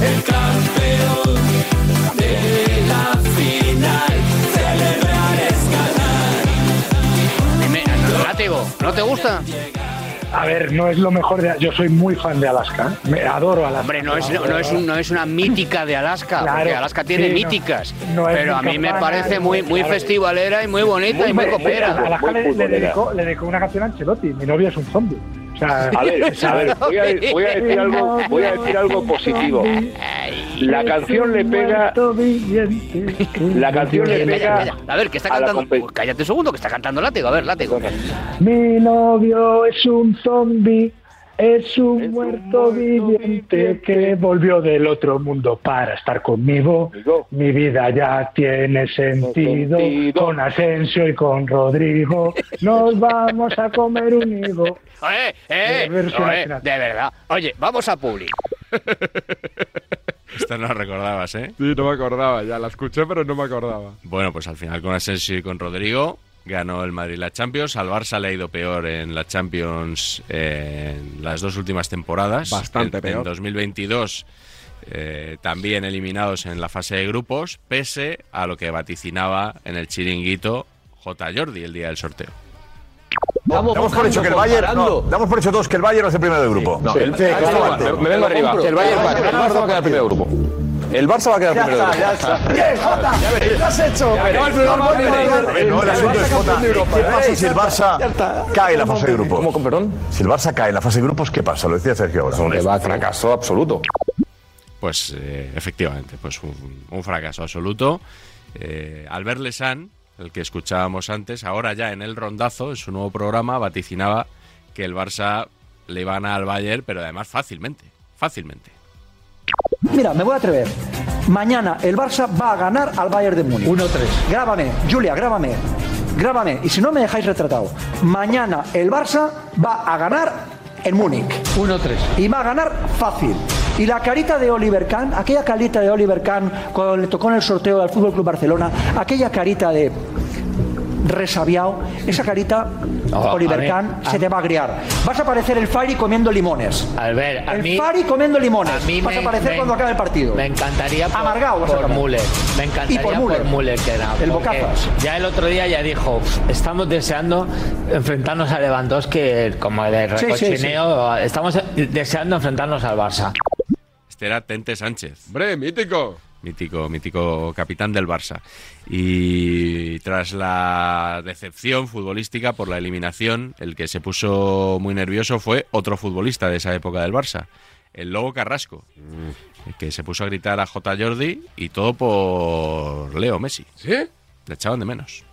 Speaker 10: El campeón de la final. Celebrar es ganar.
Speaker 11: Dime, látigo, ¿no te gusta?
Speaker 6: A ver, no es lo mejor de. Yo soy muy fan de Alaska. ¿eh? Me adoro Alaska.
Speaker 5: Hombre, no es, no, es, un- no es una mítica de Alaska, porque
Speaker 6: Claro,
Speaker 5: Alaska
Speaker 6: sí,
Speaker 5: tiene
Speaker 6: no.
Speaker 5: míticas.
Speaker 6: No es
Speaker 5: pero a
Speaker 6: mi
Speaker 5: mí me
Speaker 6: campana,
Speaker 5: parece muy, muy
Speaker 6: claro.
Speaker 5: festivalera y muy bonita y muy copera.
Speaker 6: Alaska le, le dedicó, le dedicó una canción a Ancelotti. Mi novia es un zombie. O sea,
Speaker 25: A
Speaker 6: [laughs]
Speaker 25: ver, a ver, voy a, voy a decir algo, voy a decir algo positivo. La canción le pega, la canción le
Speaker 5: Eh, calla,
Speaker 25: pega
Speaker 5: calla. A ver, que está
Speaker 25: a la
Speaker 5: cantando. Pues cállate un segundo, que está cantando látigo. A ver, látigo.
Speaker 6: Mi novio es un zombie, es un muerto viviente que volvió del otro mundo para estar conmigo. Mi vida ya tiene sentido, con Asensio y con Rodrigo. Nos vamos a comer un higo.
Speaker 5: Eh, eh,
Speaker 6: versión
Speaker 5: eh, de verdad. Oye, vamos a public.
Speaker 2: Esta no la recordabas, ¿eh?
Speaker 1: Sí, no me acordaba, ya la escuché, pero no me acordaba.
Speaker 2: Bueno, pues al final con Asensio y con Rodrigo ganó el Madrid la Champions. Al Barça le ha ido peor en la Champions eh, en las dos últimas temporadas.
Speaker 1: Bastante
Speaker 2: En- En
Speaker 1: peor.
Speaker 2: 2022 eh, también eliminados en la fase de grupos, pese a lo que vaticinaba en el chiringuito J. Jordi el día del sorteo.
Speaker 26: Damos, por hecho que el Bayern. No, damos por hecho dos que el Bayern no es el primero del grupo.
Speaker 2: No, el-
Speaker 26: Esto
Speaker 2: da igual,
Speaker 26: vale.
Speaker 2: me- me vengo
Speaker 26: Lo
Speaker 2: arriba.
Speaker 26: compro.
Speaker 2: El Bayern va- el Barça va a quedar primero
Speaker 26: del grupo. El Barça va a quedar Ya primero del está, grupo. ya está. Bien, Jota, lo has hecho. Ya veréis. Acaba el programa, No, no, ya veréis. no, no, A ver, no, el el asunto Barça es, Jota, campeón de Europa. ¿qué Ya pasa veréis, si el ya está, ya Barça está. cae en la fase de ¿Cómo, grupo? ¿Cómo, perdón? Si el Barça cae en la fase de grupos, ¿qué pasa? Lo decía Sergio ahora. Un fracaso absoluto.
Speaker 2: Pues eh, efectivamente, pues un, un fracaso absoluto. Eh, Albert Lesan, el que escuchábamos antes, ahora ya en el rondazo, en su nuevo programa, vaticinaba que el Barça le iba a ganar al Bayern, pero además fácilmente, fácilmente.
Speaker 4: Mira, me voy a atrever. Mañana el Barça va a ganar al Bayern de Múnich. 1-3. Grábame, Julia, grábame. Grábame. Y si no, me dejáis retratado. Mañana el Barça va a ganar en Múnich. 1-3. Y va a ganar fácil. Y la carita de Oliver Kahn, aquella carita de Oliver Kahn cuando le tocó en el sorteo del Fútbol Club Barcelona, aquella carita de resabiado, esa carita,
Speaker 27: Ah, a
Speaker 4: Oliver
Speaker 27: mí-
Speaker 4: Kahn,
Speaker 27: a-
Speaker 4: se te va a griar. Vas a parecer el Fari comiendo limones.
Speaker 27: Albert, a
Speaker 4: el
Speaker 27: mí-
Speaker 4: Fari comiendo limones.
Speaker 27: a mí
Speaker 4: Vas a
Speaker 27: me-
Speaker 4: aparecer
Speaker 27: me-
Speaker 4: cuando acabe el partido.
Speaker 27: Me encantaría por,
Speaker 4: Amargado vas a
Speaker 27: por
Speaker 4: acabar.
Speaker 27: Müller. Me encantaría
Speaker 4: Y por
Speaker 27: por
Speaker 4: Müller.
Speaker 27: Müller, que era.
Speaker 4: El
Speaker 27: porque
Speaker 4: bocazas.
Speaker 27: Ya el otro día ya dijo, estamos deseando enfrentarnos a Lewandowski, que como de
Speaker 4: Sí, sí,
Speaker 27: recochineo, estamos deseando enfrentarnos al Barça.
Speaker 2: Este era Tente Sánchez.
Speaker 1: Hombre, mítico.
Speaker 2: Mítico, mítico capitán del Barça. Y tras la decepción futbolística por la eliminación, el que se puso muy nervioso fue otro futbolista de esa época del Barça, el Lobo Carrasco,
Speaker 1: Mm.
Speaker 2: que se puso a gritar a J. Jordi y todo por Leo Messi.
Speaker 1: ¿Sí?
Speaker 2: Le echaban de menos.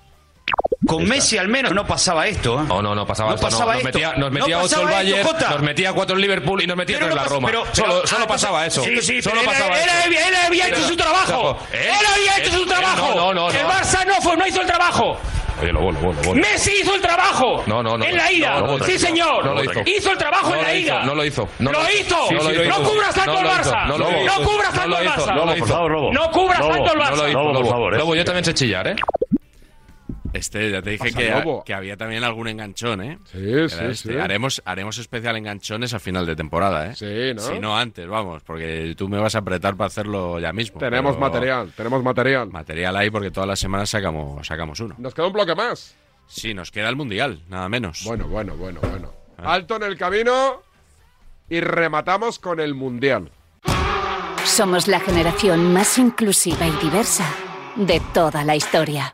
Speaker 28: Con Messi al menos no pasaba esto. No, no, no pasaba
Speaker 2: No
Speaker 28: esto.
Speaker 2: pasaba
Speaker 28: no,
Speaker 2: esto.
Speaker 28: Nos metía, nos
Speaker 2: No
Speaker 28: metía ocho
Speaker 2: pasaba
Speaker 28: el
Speaker 2: esto,
Speaker 28: Bayern,
Speaker 2: Jota.
Speaker 28: nos metía cuatro el Liverpool y nos metía
Speaker 2: Pero no
Speaker 28: tres la
Speaker 2: pas-
Speaker 28: Roma.
Speaker 2: pero-
Speaker 28: solo
Speaker 2: pero-
Speaker 28: solo
Speaker 2: ah,
Speaker 28: pasaba eso.
Speaker 2: entonces- sí, sí,
Speaker 28: solo
Speaker 2: pero él-
Speaker 28: pasaba
Speaker 2: él
Speaker 28: eso.
Speaker 2: había- él había hecho
Speaker 28: Pero- ¿eh?
Speaker 2: su trabajo.
Speaker 28: Él había hecho su trabajo. No, no, no.
Speaker 2: El
Speaker 28: no.
Speaker 2: Barça no fue- no hizo el trabajo.
Speaker 28: Oye, Lobo, Lobo, Lobo.
Speaker 2: Messi hizo el trabajo.
Speaker 28: No, no, no.
Speaker 2: En la ida.
Speaker 28: No, no,
Speaker 2: Sí,
Speaker 28: tranquilo.
Speaker 2: señor.
Speaker 28: No lo hizo.
Speaker 2: Hizo el trabajo
Speaker 28: No
Speaker 2: en
Speaker 28: lo
Speaker 2: la
Speaker 28: hizo,
Speaker 2: ida.
Speaker 28: No lo hizo. No
Speaker 2: Lo hizo.
Speaker 28: Sí, sí, lo
Speaker 2: No
Speaker 28: hizo.
Speaker 2: cubras tanto
Speaker 28: No
Speaker 2: al
Speaker 28: lo hizo,
Speaker 2: Barça.
Speaker 28: No lo hizo.
Speaker 2: No cubras tanto
Speaker 28: lo
Speaker 2: al
Speaker 28: hizo,
Speaker 2: Barça.
Speaker 28: No lo hizo.
Speaker 2: Por favor, Lobo. No cubras tanto al
Speaker 28: No lo
Speaker 2: Barça.
Speaker 28: hizo,
Speaker 2: Lobo, por
Speaker 28: Lobo.
Speaker 2: favor, eh.
Speaker 28: Lobo, yo también sé chillar, ¿eh?
Speaker 2: Este, ya te dije
Speaker 28: Pasa,
Speaker 2: que,
Speaker 28: Lobo.
Speaker 2: que había también algún enganchón, ¿eh?
Speaker 1: Sí,
Speaker 2: Era
Speaker 1: sí,
Speaker 2: este.
Speaker 1: sí.
Speaker 2: Haremos, haremos especial enganchones a final de temporada, ¿eh?
Speaker 1: Sí, ¿no?
Speaker 2: Si no antes, vamos, porque tú me vas a apretar para hacerlo ya mismo.
Speaker 1: Tenemos
Speaker 2: pero
Speaker 1: material, tenemos material.
Speaker 2: Material ahí porque todas las semanas sacamos, sacamos uno.
Speaker 1: Nos queda un bloque más.
Speaker 2: Sí, nos queda el Mundial, nada menos. Ah.
Speaker 1: Bueno, bueno, bueno, bueno. Alto en el camino y rematamos con el Mundial.
Speaker 29: Somos la generación más inclusiva y diversa de toda la historia.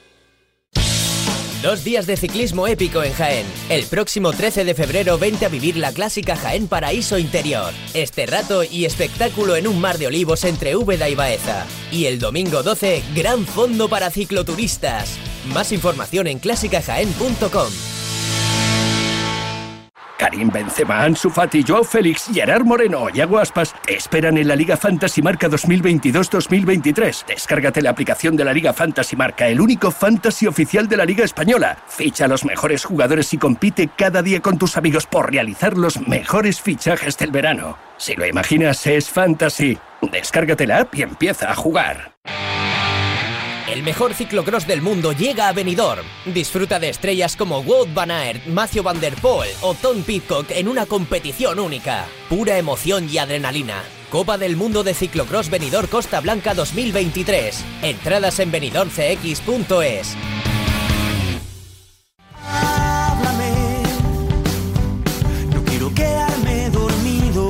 Speaker 29: Dos días de ciclismo épico en Jaén. El próximo 13 de febrero vente a vivir la clásica Jaén Paraíso Interior. Este rato y espectáculo en un mar de olivos entre Úbeda y Baeza. Y el domingo 12, gran fondo para cicloturistas. Más información en clásicajaén.com.
Speaker 5: Karim Benzema, Ansu Fati, Joao Félix, Gerard Moreno y Aguaspas te esperan en la Liga Fantasy Marca 2022-2023. Descárgate la aplicación de la Liga Fantasy Marca, el único fantasy oficial de la Liga Española. Ficha a los mejores jugadores y compite cada día con tus amigos por realizar los mejores fichajes del verano. Si lo imaginas, es fantasy. Descárgate la app y empieza a jugar.
Speaker 16: El mejor ciclocross del mundo llega a Benidorm. Disfruta de estrellas como Wout van Aert, Matthew van der Poel o Tom Pitcock en una competición única. Pura emoción y adrenalina. Copa del Mundo de Ciclocross Benidorm Costa Blanca 2023. Entradas en benidormcx.es.
Speaker 30: No quiero quedarme dormido.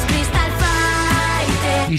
Speaker 31: Crystal Fighters.
Speaker 17: Y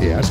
Speaker 17: ¿Te has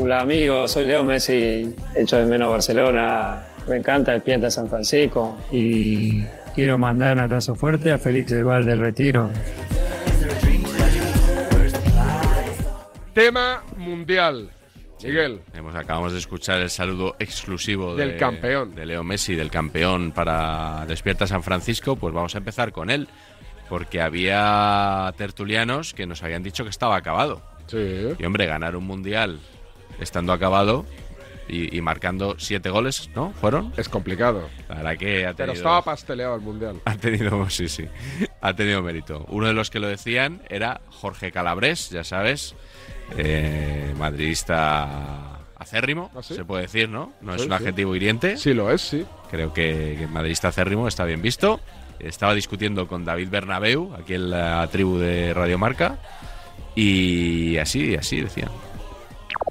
Speaker 24: Hola amigos, soy Leo Messi, hecho de menos Barcelona, Ah, me encanta el Pianta San Francisco y quiero mandar un abrazo fuerte a Félix del Val del Retiro.
Speaker 1: Tema mundial. Miguel.
Speaker 2: Hemos, acabamos de escuchar el saludo exclusivo
Speaker 1: Del
Speaker 2: de-
Speaker 1: campeón.
Speaker 2: de Leo Messi, del campeón para Despierta San Francisco. Pues vamos a empezar con él, porque había tertulianos que nos habían dicho que estaba acabado. Y hombre, ganar un mundial estando acabado y, y marcando siete goles, ¿no? ¿Fueron?
Speaker 1: Es complicado.
Speaker 2: Para que ha
Speaker 1: Pero
Speaker 2: tenido
Speaker 1: estaba pasteleado el mundial.
Speaker 2: ha tenido, [laughs] sí, sí, ha tenido mérito. Uno de los que lo decían era Jorge Calabrés, ya sabes, eh, madridista acérrimo, se puede decir, ¿no? No es
Speaker 1: Sí,
Speaker 2: un
Speaker 1: sí.
Speaker 2: adjetivo hiriente.
Speaker 1: Sí, lo es, sí.
Speaker 2: Creo que, que madridista acérrimo está bien visto. Estaba discutiendo con David Bernabeu, aquí en la tribu de Radiomarca, y así, así decían.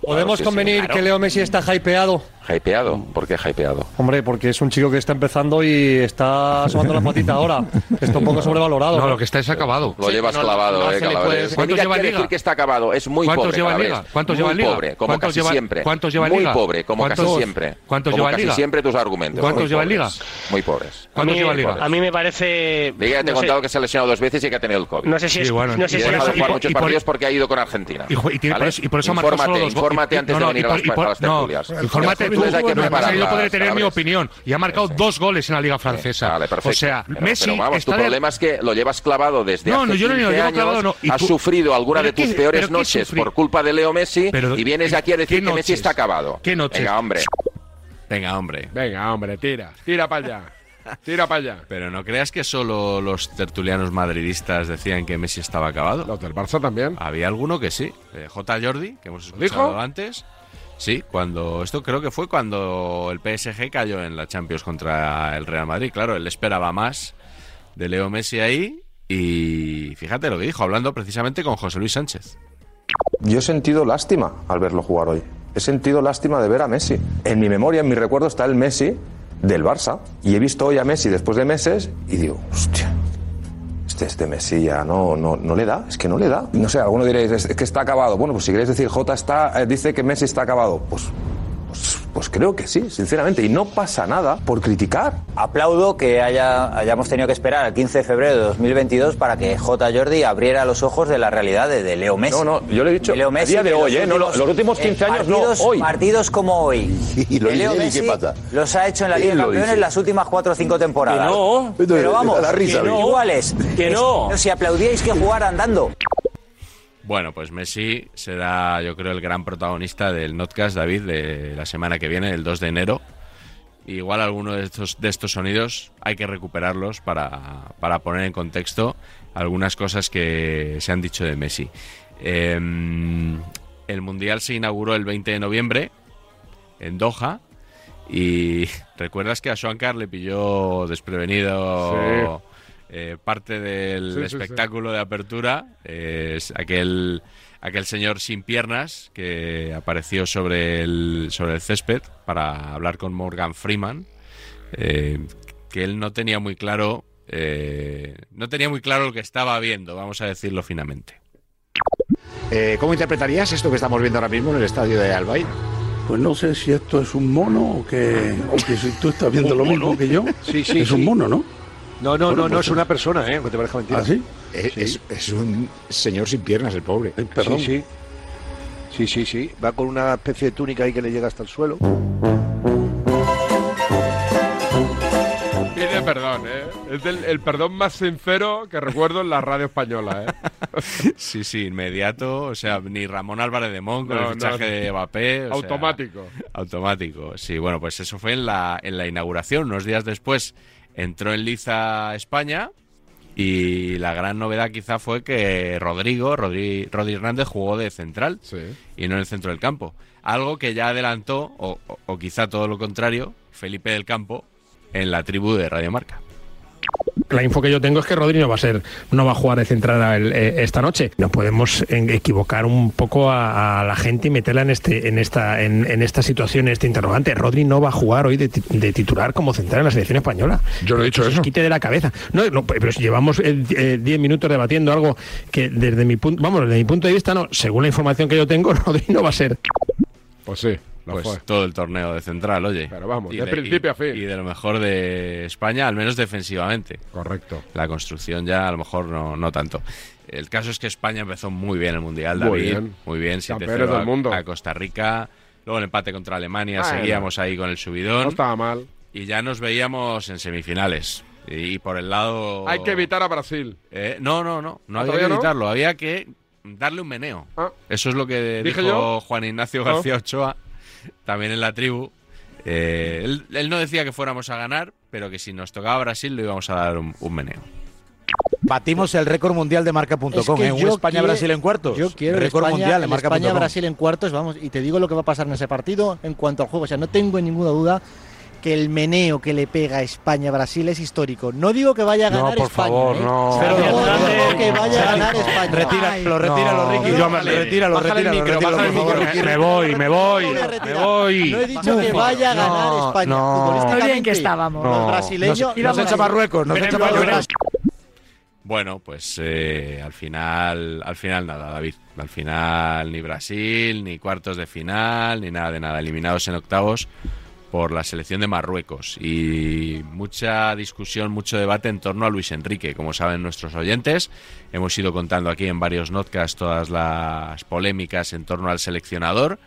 Speaker 4: Podemos
Speaker 2: Claro que sí,
Speaker 4: convenir
Speaker 2: claro.
Speaker 4: que Leo Messi está hypeado.
Speaker 2: Hypeado, ¿por qué hypeado?
Speaker 4: Hombre, porque es un chico que está empezando y está asomando la patita ahora. Está un poco sobrevalorado.
Speaker 6: No, lo que está es acabado.
Speaker 4: Lo llevas clavado, eh, Calaveres.
Speaker 6: ¿Cuántos
Speaker 4: Mira,
Speaker 6: lleva en
Speaker 4: quiere
Speaker 6: liga?
Speaker 4: decir que está acabado, es muy
Speaker 6: ¿Cuántos
Speaker 4: pobre,
Speaker 6: lleva en
Speaker 4: Calaveres.
Speaker 6: liga? ¿Cuántos
Speaker 4: Muy
Speaker 6: lleva en liga?
Speaker 4: pobre, como
Speaker 6: ¿Cuántos
Speaker 4: casi
Speaker 6: lleva-
Speaker 4: siempre.
Speaker 6: cuántos lleva en
Speaker 4: muy
Speaker 6: liga?
Speaker 4: pobre, como casi
Speaker 6: ¿Cuántos-
Speaker 4: siempre.
Speaker 6: cuántos
Speaker 4: como
Speaker 6: lleva en
Speaker 4: casi
Speaker 6: liga?
Speaker 4: siempre tus argumentos.
Speaker 6: ¿Cuántos
Speaker 4: muy
Speaker 6: lleva en
Speaker 4: pobres,
Speaker 6: liga?
Speaker 4: Muy pobres.
Speaker 6: ¿Cuántos
Speaker 4: Muy
Speaker 6: lleva en liga?
Speaker 4: pobres.
Speaker 32: A mí me parece.
Speaker 4: Diga, ya
Speaker 32: no
Speaker 4: te
Speaker 32: sé.
Speaker 4: he contado que se ha lesionado dos veces y que ha tenido el COVID.
Speaker 32: No sé si es- Sí, bueno, no sé
Speaker 4: y
Speaker 32: si
Speaker 4: ha
Speaker 32: es-
Speaker 4: dejado de
Speaker 32: y
Speaker 4: jugar
Speaker 32: por-
Speaker 4: muchos
Speaker 32: y por-
Speaker 4: partidos porque ha ido con Argentina.
Speaker 6: Y, ju- y tiene-
Speaker 4: ¿vale?
Speaker 6: por eso, y por eso ha marcado
Speaker 4: infórmate,
Speaker 6: solo dos go-
Speaker 4: infórmate
Speaker 6: y-
Speaker 4: antes
Speaker 6: no, no,
Speaker 4: de venir
Speaker 6: y
Speaker 4: a
Speaker 6: por-
Speaker 4: las,
Speaker 6: y por-
Speaker 4: a las
Speaker 6: no.
Speaker 4: tertulias.
Speaker 6: Infórmate
Speaker 4: Las
Speaker 6: tú,
Speaker 4: tertulias hay que
Speaker 6: porque
Speaker 4: prepararlas,
Speaker 6: yo podré tener mi
Speaker 4: Calaveres.
Speaker 6: opinión. Y ha marcado dos goles en la Liga Francesa. O
Speaker 4: Perfecto.
Speaker 6: sea,
Speaker 4: Pero-
Speaker 6: Messi
Speaker 4: pero vamos,
Speaker 6: está
Speaker 4: tu
Speaker 6: de-
Speaker 4: problema es que lo llevas clavado desde
Speaker 6: No,
Speaker 4: hace
Speaker 6: no, yo no lo
Speaker 4: 15
Speaker 6: llevo
Speaker 4: años,
Speaker 6: clavado, no. Y
Speaker 4: has
Speaker 6: tú-
Speaker 4: sufrido alguna
Speaker 6: ¿Pero
Speaker 4: de tus
Speaker 6: qué-
Speaker 4: peores
Speaker 6: pero qué
Speaker 4: noches
Speaker 6: sufrí?
Speaker 4: por culpa de Leo Messi
Speaker 6: Pero-
Speaker 4: y vienes aquí a decir
Speaker 6: ¿qué
Speaker 4: que Messi
Speaker 6: noches?
Speaker 4: está acabado.
Speaker 6: ¿Qué noches?
Speaker 4: Venga, hombre.
Speaker 2: Venga, hombre.
Speaker 1: Venga, Ah, hombre, tira. Tira para allá. Tira para allá.
Speaker 2: Pero no creas que solo los tertulianos madridistas decían que Messi estaba acabado.
Speaker 1: Los del Barça también.
Speaker 2: Había alguno que sí. Eh, J. Jordi, que hemos escuchado
Speaker 1: dijo?
Speaker 2: antes. Sí, cuando esto creo que fue cuando el PSG cayó en la Champions contra el Real Madrid. Claro, él esperaba más de Leo Messi ahí. Y fíjate lo que dijo, hablando precisamente con José Luis Sánchez.
Speaker 28: Yo he sentido lástima al verlo jugar hoy. He sentido lástima de ver a Messi. En mi memoria, en mi recuerdo, está el Messi del Barça. Y he visto hoy a Messi después de meses y digo, hostia, este, este Messi ya no, no, no le da, es que no le da. No sé, alguno diréis, es que está acabado. Bueno, pues si queréis decir, J está, eh, dice que Messi está acabado. Pues, pues Pues creo que sí, sinceramente. Y no pasa nada por criticar.
Speaker 9: Aplaudo que haya, hayamos tenido que esperar al 15 de febrero de 2022 para que J. Jordi abriera los ojos de la realidad de, de Leo Messi.
Speaker 28: No, no, yo le he dicho,
Speaker 9: De Leo Messi,
Speaker 28: a día de
Speaker 9: los
Speaker 28: hoy, ¿eh? No, los últimos 15 años, no,
Speaker 9: partidos-
Speaker 28: hoy.
Speaker 9: Partidos como hoy. [laughs]
Speaker 28: Y lo
Speaker 9: Que Leo
Speaker 28: dice él, ¿y
Speaker 9: Messi
Speaker 28: qué pasa?
Speaker 9: Los ha hecho en la
Speaker 28: Él
Speaker 9: Liga de
Speaker 28: lo
Speaker 9: Campeones
Speaker 28: dice.
Speaker 9: las últimas 4 o 5 temporadas.
Speaker 28: Que no.
Speaker 9: Pero vamos,
Speaker 28: Da risa,
Speaker 9: que no.
Speaker 28: Luis.
Speaker 9: iguales.
Speaker 28: Que
Speaker 9: Es-
Speaker 28: no.
Speaker 9: Si aplaudíais que jugar andando.
Speaker 2: Bueno, pues Messi será, yo creo, el gran protagonista del Notcast, David, de la semana que viene, el 2 de enero. Igual alguno de estos, de estos sonidos hay que recuperarlos para, para poner en contexto algunas cosas que se han dicho de Messi. Eh, el Mundial se inauguró el 20 de noviembre en Doha y [laughs] recuerdas que a Swankar le pilló desprevenido eh, parte del
Speaker 33: Sí, sí, sí.
Speaker 2: espectáculo de apertura. eh, es aquel, aquel señor sin piernas que apareció sobre el, sobre el césped para hablar con Morgan Freeman. eh, que él no tenía muy claro. eh, no tenía muy claro lo que estaba viendo, vamos a decirlo finamente.
Speaker 8: Eh, ¿Cómo interpretarías esto que estamos viendo ahora mismo en el estadio de Albay?
Speaker 6: Pues no sé si esto es un mono o que, o que si tú estás viendo lo mismo que yo.
Speaker 8: Sí, sí,
Speaker 6: Es un
Speaker 8: sí.
Speaker 6: mono, ¿no?
Speaker 8: No, no,
Speaker 6: Bueno,
Speaker 8: no, no
Speaker 6: pues-
Speaker 8: es una persona, ¿eh? aunque te parezca mentira.
Speaker 6: ¿Ah, sí?
Speaker 8: Eh,
Speaker 6: Sí. Eh,
Speaker 8: Es, es un señor sin piernas, el pobre.
Speaker 6: perdón.
Speaker 8: Sí, sí. Sí, sí, sí. Va con una especie de túnica ahí que le llega hasta el suelo.
Speaker 1: Pide perdón, ¿eh? Es del- el perdón más sincero que recuerdo en la radio española, ¿eh?
Speaker 2: Sí, sí, inmediato. O sea, ni Ramón Álvarez de Mon con
Speaker 1: No,
Speaker 2: el fichaje
Speaker 1: no.
Speaker 2: de Mbappé. o sea,
Speaker 1: Automático.
Speaker 2: automático. Sí, bueno, pues eso fue en la, en la inauguración. Unos días después entró en liza España y la gran novedad quizá fue que Rodrigo, Rodri, Rodri Hernández jugó de central y no en el centro del campo. Algo que ya adelantó, o, o- o quizá todo lo contrario, Felipe del Campo en la tribu de Radio Marca.
Speaker 24: La info que yo tengo es que Rodri no va a ser, no va a jugar de central el- eh, esta noche. Nos podemos en- equivocar un poco a, a la gente y meterla en este, en esta, en, en esta situación, en este interrogante. Rodri no va a jugar hoy de, ti- de titular como central en la selección española. Yo lo he dicho eso. Quite de la cabeza. No, no, pero si llevamos 10 minutos debatiendo algo que desde mi punto, vamos, desde mi punto de vista, no, según la información que yo tengo, [laughs] Rodri no va a ser.
Speaker 2: Pues sí, pues
Speaker 24: fue.
Speaker 2: todo el torneo de central, oye. Pero vamos,
Speaker 1: de principio
Speaker 2: a fin. Y de lo mejor de España, al menos defensivamente. Correcto. La construcción ya a lo mejor no, no tanto. El caso es que España empezó muy bien el Mundial,
Speaker 1: Muy
Speaker 2: David.
Speaker 1: bien.
Speaker 2: Muy bien, 7-0
Speaker 1: Campeones del
Speaker 2: a-
Speaker 1: mundo.
Speaker 2: a Costa Rica. Luego el empate contra Alemania,
Speaker 1: Bueno.
Speaker 2: seguíamos ahí con el subidón.
Speaker 1: No
Speaker 2: estaba mal. Y ya nos veíamos en semifinales. Y, y por el lado...
Speaker 1: Hay que evitar a Brasil.
Speaker 2: Eh, no, no, no. No
Speaker 1: ¿Ah,
Speaker 2: había
Speaker 1: todavía
Speaker 2: que
Speaker 1: no?
Speaker 2: evitarlo. Había que darle un meneo.
Speaker 1: Ah,
Speaker 2: Eso es lo que
Speaker 1: ¿Dije
Speaker 2: dijo
Speaker 1: yo?
Speaker 2: Juan Ignacio
Speaker 1: Ah.
Speaker 2: García Ochoa, también en la tribu. Eh, él, él no decía que fuéramos a ganar, pero que si nos tocaba Brasil le íbamos a dar un, un meneo.
Speaker 29: Batimos el récord mundial de marca.com,
Speaker 5: Es que
Speaker 29: ¿eh? un
Speaker 5: yo
Speaker 29: España-Brasil
Speaker 5: quiero-
Speaker 29: en cuartos.
Speaker 5: Yo quiero el
Speaker 29: récord
Speaker 5: España-
Speaker 29: mundial de
Speaker 5: el
Speaker 29: marca.com.
Speaker 5: España-Brasil en cuartos, vamos, y te digo lo que va a pasar en ese partido en cuanto al juego. O sea, no tengo ninguna duda que el meneo que le pega a España-Brasil es histórico. No digo que vaya a ganar España. ¿eh? O sea, no digo que vaya a ganar España.
Speaker 29: Retíralo, retíralo, Ricky. Retíralo, retíralo, retíralo, por favor, Ricky.
Speaker 34: Me voy, me voy, me voy.
Speaker 5: No he dicho que vaya a ganar
Speaker 29: No,
Speaker 5: España.
Speaker 29: no.
Speaker 5: Futbolísticamente,
Speaker 29: Qué bien que estábamos.
Speaker 5: Los
Speaker 29: No.
Speaker 5: brasileños.
Speaker 29: Nos- nos echa Marruecos, nos echa Marruecos.
Speaker 2: Bueno, pues eh, al final, al final nada, David. Al final ni Brasil, ni cuartos de final, ni nada de nada. Eliminados en octavos por la selección de Marruecos. Y mucha discusión, mucho debate en torno a Luis Enrique. Como saben nuestros oyentes, hemos ido contando aquí en varios notcasts todas las polémicas en torno al seleccionador.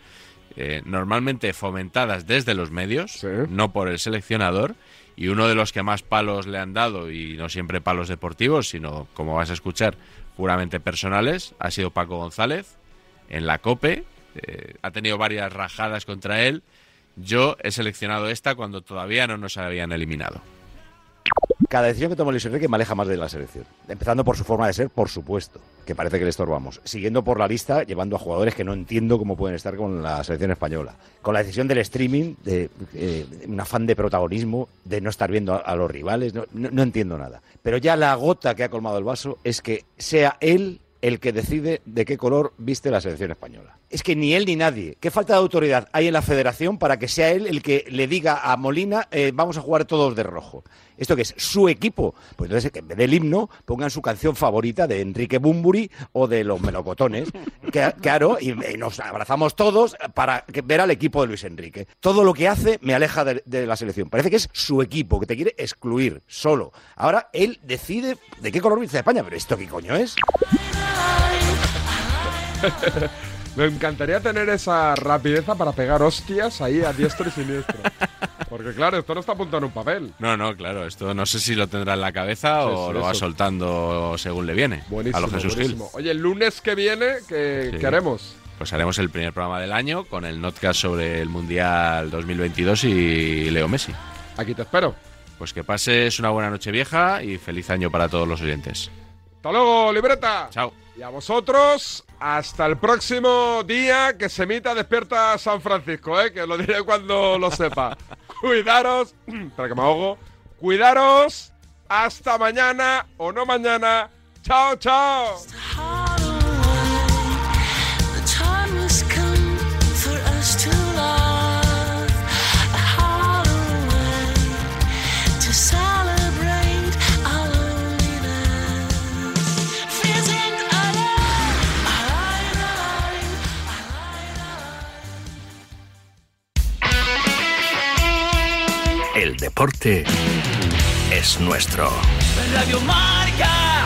Speaker 2: eh, normalmente fomentadas desde los medios, no por el seleccionador. Y uno de los que más palos le han dado, y no siempre palos deportivos, sino, como vas a escuchar, puramente personales, ha sido Paco González en la COPE. eh, ha tenido varias rajadas contra él. Yo he seleccionado esta cuando todavía no nos habían eliminado.
Speaker 8: Cada decisión que toma Luis Enrique me aleja más de la selección. Empezando por su forma de ser, por supuesto, que parece que le estorbamos. Siguiendo por la lista, llevando a jugadores que no entiendo cómo pueden estar con la selección española. Con la decisión del streaming, de eh, un afán de protagonismo, de no estar viendo a, a los rivales, no, no- no entiendo nada. Pero ya la gota que ha colmado el vaso es que sea él el que decide de qué color viste la selección española. Es que ni él ni nadie. ¿Qué falta de autoridad hay en la federación para que sea él el que le diga a Molina, eh, vamos a jugar todos de rojo? ¿Esto que es? ¿Su equipo? Pues entonces, que en vez del himno, pongan su canción favorita de Enrique Bumburi o de Los [laughs] Melocotones. Que- Claro, y eh, nos abrazamos todos para que- ver al equipo de Luis Enrique. Todo lo que hace me aleja de, de la selección. Parece que es su equipo, que te quiere excluir solo. Ahora él decide de qué color viste España, pero ¿esto qué coño es?
Speaker 1: Me encantaría tener esa rapidez para pegar hostias ahí a diestro y
Speaker 2: [laughs]
Speaker 1: siniestro. Porque claro, esto no está apuntado en un papel.
Speaker 2: No, no, claro, esto no sé si lo tendrá en la cabeza
Speaker 1: Sí,
Speaker 2: o
Speaker 1: sí,
Speaker 2: lo va
Speaker 1: eso.
Speaker 2: soltando según le viene. a lo Jesús Gil.
Speaker 1: buenísimo. Oye, el lunes que viene, ¿qué,
Speaker 2: Sí.
Speaker 1: qué haremos?
Speaker 2: Pues haremos el primer programa del año con el notcast sobre el Mundial 2022 y Leo Messi.
Speaker 1: Aquí te espero.
Speaker 2: Pues que pases una buena noche vieja y feliz año para todos los oyentes.
Speaker 1: Hasta luego, libreta.
Speaker 2: Chao.
Speaker 1: Y a vosotros, hasta el próximo día que se emita Despierta San Francisco, ¿eh? que lo diré cuando lo sepa. Cuidaros, [clears throat] espera que me ahogo. Cuidaros, hasta mañana o no mañana. Chao, chao.
Speaker 26: The time has come for us to love a harder way to celebrate our loneliness. Feeling alive, alive, alive.
Speaker 15: El deporte es nuestro.
Speaker 18: Radio Marca.